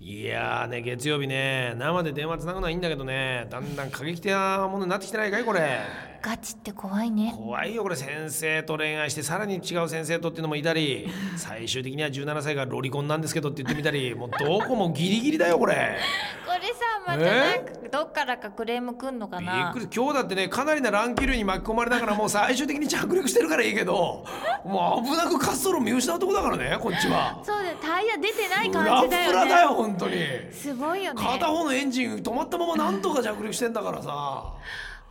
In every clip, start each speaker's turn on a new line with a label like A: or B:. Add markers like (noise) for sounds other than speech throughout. A: いやーね月曜日ね生で電話つなぐのはいいんだけどねだんだん過激的なものになってきてないかいこれ
B: ガチって怖いね
A: 怖いよこれ先生と恋愛してさらに違う先生とっていうのもいたり最終的には17歳がロリコンなんですけどって言ってみたりもうどこもギリギリだよこれ
B: これさまたなんかどっからかクレームくんのか
A: び
B: な
A: っくり今日だってねかなりな乱気流に巻き込まれながらもう最終的に着陸してるからいいけどもう危なく滑走路見失うとこだからねこっちは
B: そうだよタイヤ出てない
A: フ
B: 感
A: ラ
B: じ
A: フ
B: だよね
A: ラだよ本当に
B: すごいよね
A: 片方のエンジン止まったままなんとか着陸してんだからさ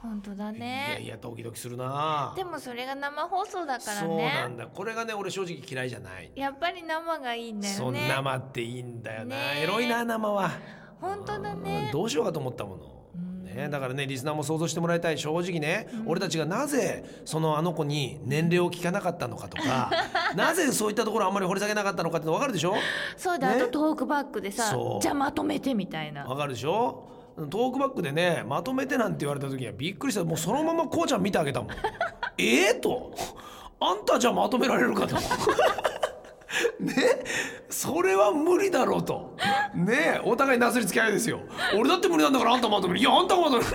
B: 本当だ
A: いやい
B: ね
A: やドキドキするな
B: でもそれが生放送だから
A: そうなん
B: ね
A: だこれがね俺正直嫌いじゃない
B: やっぱり生がいいんだ
A: そ
B: よ
A: ん
B: ね
A: 生っていいんだよな、
B: ねえ
A: エロいな生は
B: 本当だ
A: うん
B: ね
A: どうしようかと思ったものね、だからねリスナーも想像してもらいたい正直ね、俺たちがなぜそのあの子に年齢を聞かなかったのかと
B: (laughs)
A: かなぜそういったところあんまり掘り下げなかったのかっての分かるでしょ
B: そうだ、
A: ね
B: あとトークバックでさ
A: そう
B: じゃあまとめてみたいな
A: 分かるでしょトークバックでねまとめてなんて言われた時にはびっくりしたもうそのままこうちゃん見てあげたもん (laughs) ええとあんたじゃまとめられるかと (laughs) ねそれは無理だろうとねお互いなすりつけ合いですよ俺だって無理なんだからあんたまとめるいやあんたがまとめる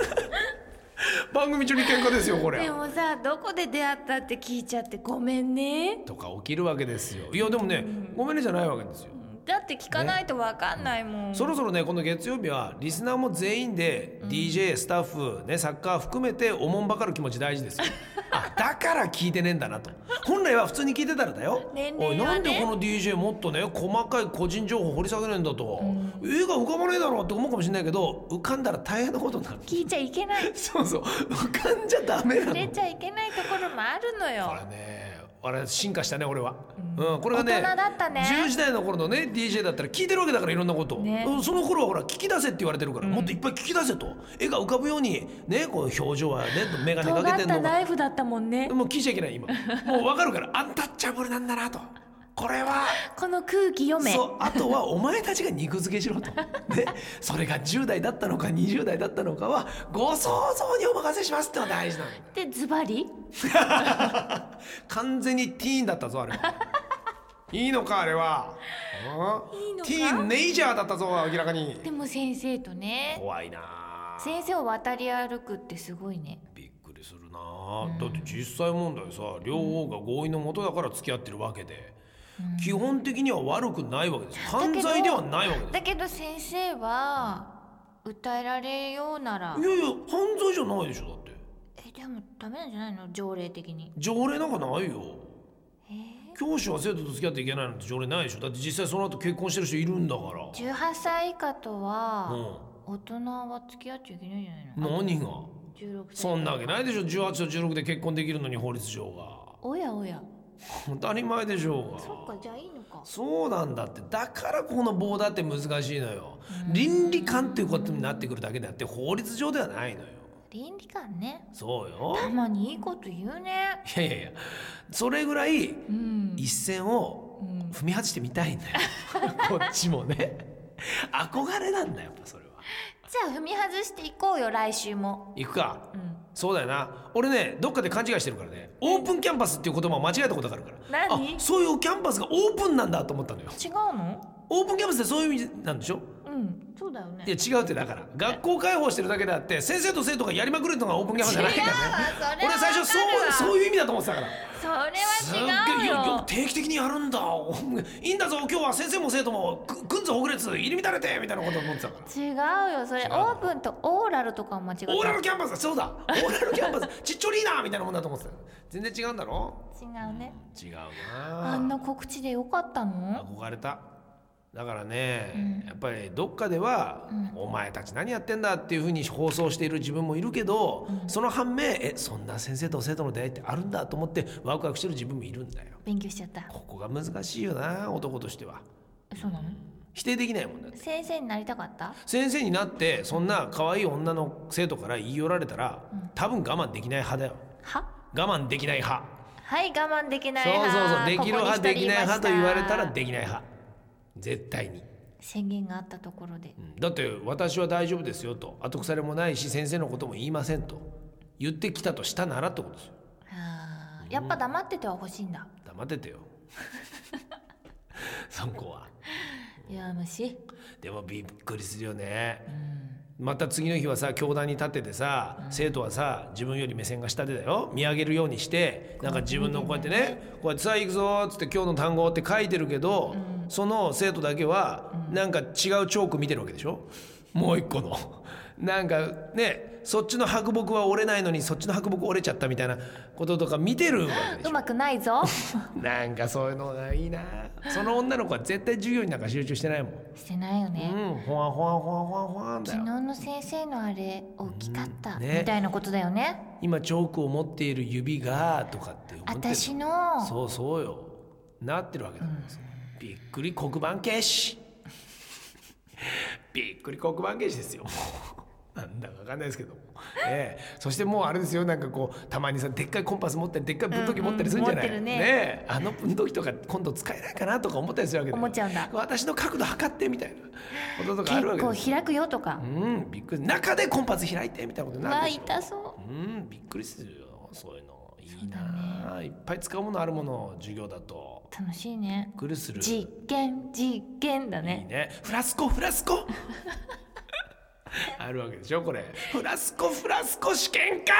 A: (laughs) 番組中に喧嘩ですよこれ
B: でもさどこで出会ったって聞いちゃってごめんね
A: とか起きるわけですよいやでもねごめんねじゃないわけですよ
B: だって聞かないとわかんないもん、
A: そろそろねこの月曜日はリスナーも全員で DJ スタッフ、ね、サッカー含めておもんばかる気持ち大事
B: (laughs)
A: ですよあだから聞いてねえんだなと本来は普通に聞いてたらだよ
B: 年齢はね
A: おいなんでこの DJ もっとね細かい個人情報掘り下げねえんだと、映画浮かばねえだろうって思うかもしれないけど浮かんだら大変なことになる
B: 聞いちゃいけない
A: そうそう浮かんじゃダメなの
B: 触れちゃいけないところもあるのよ
A: あれねあれ進化したね俺は、うんこれがね
B: 大人だったね
A: 10時代の頃のね DJ だったら聞いてるわけだからいろんなことを、
B: ね
A: うんその頃はほら聞き出せって言われてるから、もっといっぱい聞き出せと絵が浮かぶようにねこう表情はね眼鏡かけ
B: 尖って
A: ん
B: た
A: の
B: ナ
A: が
B: イフだったもんね
A: もう聞いちゃいけない今もう分かるからアンタッチャブルなんだなとこれは
B: この空気読め
A: そうあとはお前たちが肉付けしろとねそれが10代だったのか20代だったのかはご想像にお任せしますってのが大事なの
B: でズバリ
A: 完全にティーンだったぞあれ (laughs) はいいのかあれはうん
B: いいのか
A: ティーンネイジャーだったぞ明らかに
B: でも先生とね
A: 怖いなあ
B: 先生を渡り歩くってすごいね
A: びっくりするなあ、だって実際問題さ両方が合意のもとだから付き合ってるわけで、基本的には悪くないわけです
B: だけ
A: 犯
B: ど
A: 罪ではないわけで
B: だけど先生は歌えられるようなら
A: すいやいや犯罪じゃないでしょだって
B: えでもダメなんじゃないの条例的に
A: 条例なんかないよ教師は生徒と付き合っていけないなんて条例ないでしょだって実際その後結婚してる人いるんだから
B: 18歳以下とは
A: うん
B: 大人は付き合っちゃいけないんじゃないの
A: 何が
B: 16歳
A: そんなわけないでしょ18と16で結婚できるのに法律上が
B: おやおや
A: 当たり前でしょうが
B: そっかじゃあいいのか
A: そうなんだってだからここのボーダーって難しいのよ倫理観っていうことになってくるだけであって法律上ではないのよ
B: 倫理観ね
A: そうよ
B: たまにいいこと言うね
A: いやいやいやそれぐらい
B: うん
A: 一線を踏み外してみたいんだよこっちもね憧れなんだよやっぱそれは
B: じゃあ踏み外していこうよ来週も
A: 行くか
B: うん
A: そうだよな俺ねどっかで勘違いしてるからねオープンキャンパスっていう言葉を間違えたことがあるから
B: 何
A: あそういうキャンパスがオープンなんだと思ったのよ
B: 違うの
A: オープンキャンパスってそういう意味なんでしょ
B: うんそうだよね
A: いや違うってだから学校開放してるだけであって先生と生徒がやりまくるのがオープンキャンパスじゃないからね
B: 違うわ
A: 俺
B: それ
A: 最
B: は
A: 初そう
B: わかるわ
A: そういう意味だと思ってたから
B: それは
A: すっげ
B: 違う
A: え
B: よ
A: よよく定期的にやるんだ (laughs) いいんだぞ今日は先生も生徒もくくんずほぐれつ入り乱れてみたいなこと思ってたから
B: 違うよそれ
A: 違う
B: オ
A: の
B: ープンとオーラルとかも間違った
A: オーラルキャンパスだそうだオーラルキャンパスちっちょりーなみたいなもんだと思ってた全然違うんだろ
B: 違うね
A: 違うな
B: あんな告知でよかったの
A: 憧れただからね、やっぱりどっかでは、お前たち何やってんだ」っていうふうに放送している自分もいるけど、その反面えそんな先生と生徒の出会いってあるんだと思ってワクワクしてる自分もいるんだよ
B: 勉強しちゃった
A: ここが難しいよな男としては
B: えそうなの
A: 否定できないもんだって
B: 先生になりたかった
A: 先生になってそんな可愛い女の生徒から言い寄られたら、多分我慢できない派だよ
B: は
A: 我慢できない派
B: はい我慢できない
A: そう
B: 派
A: そうそうできる派
B: ここ
A: で
B: に一人
A: きない
B: まし
A: 派と言われたらできない派絶対に。
B: 宣言があったところで
A: うんだって私は大丈夫ですよと後腐れもないし先生のことも言いませんと言ってきたとしたならってことですよ
B: あーやっぱ黙ってては欲しいんだ
A: 黙っててよそこは
B: やむし
A: でもびっくりするよね、また次の日はさ教壇に立っててさ、生徒はさ自分より目線が下でだよ見上げるようにしてなんか自分のこうやってね「こうやってさあ行くぞ」っつって「今日の単語」って書いてるけど、その生徒だけはなんか違うチョーク見てるわけでしょもう一個の。なんかねそっちの白木は折れないのにそっちの白木折れちゃったみたいなこととか見てるわけでしょ
B: うまくないぞ
A: なんかそういうのがいいなその女の子は絶対授業になんか集中してないもん
B: してないよね、
A: うん、ほわほわほわほわほわんだ
B: 昨
A: よ
B: 日の先生のあれ大きかった、
A: うんね
B: みたいなことだよね
A: 今チョークを持っている指がとかって思ってる
B: 私の
A: そうそうよなってるわけだから、びっくり黒板消し (laughs) びっくり黒板消しですよ (laughs) もうなんだかわかんないですけども、ええ、そしてもうあれですよなんかこうたまにさでっかいコンパス持ったりでっかい分度器持ったりするんじゃない、
B: うんうん持ってるね
A: えあの分度器とか今度使えないかなとか思ったりするわけだよ
B: 思っちゃうんだ
A: 私の角度測ってみたいなこととかあ
B: 結
A: るわけ
B: 構
A: ですよ
B: 開くよとか
A: うんびっくり中でコンパス開いてみたいなことにな
B: わ
A: る
B: あ
A: でしょ
B: 痛そう
A: うん、びっくりするよ、そういうの。いいな、いっぱい使うものあるもの、授業だと。
B: 楽しいね
A: びっくりする。
B: 実験実験だ
A: いい
B: ね
A: ね。フラスコ、フラスコ。 (laughs) あるわけでしょ、これ。フラスコ、フラスコ試験官。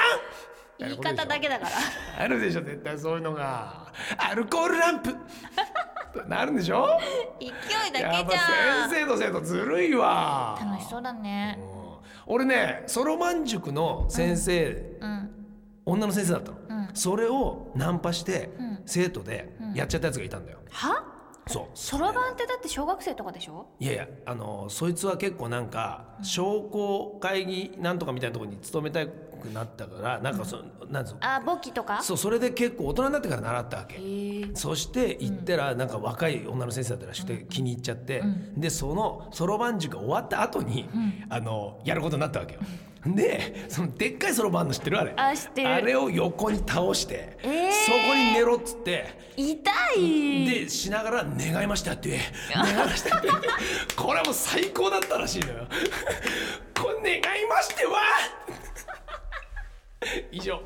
B: 言い方だ
A: け。
B: けだから
A: あるでしょ、絶対そういうのが。アルコールランプ。 (laughs) なるんでしょ
B: (laughs) 勢いだ
A: やっ
B: け
A: ぱ
B: じゃん
A: 先生と生徒ずるいわ。
B: 楽しそうだね
A: うん俺ね、そろばん塾の先生、
B: うん
A: 女の先生だったの、
B: うん
A: それをナンパして、
B: うん
A: 生徒でやっちゃったやつがいたんだよ、
B: は
A: そう
B: そろばんってだって小学生とかでしょ
A: いやいやあのそいつは結構なんか商工会議なんとかみたいなところに勤めたくなったからなんかそ、なんつうの
B: あ簿記とか
A: そうそれで結構大人になってから習ったわけ、
B: へー
A: そして行ったらなんか若い女の先生だったらしくて気に入っちゃって、でそのそろばん塾が終わった後に、あのやることになったわけよ。でそのでっかいそろばんの知ってるあれ
B: あ知ってる
A: あれを横に倒して、
B: えー
A: そこに寝ろっつって。
B: 痛い
A: でしながら「願いました」っ
B: (laughs)
A: て言え「願いました」って言えこれはもう最高だったらしいのよ。 (laughs) これ願いましては (laughs) 以上。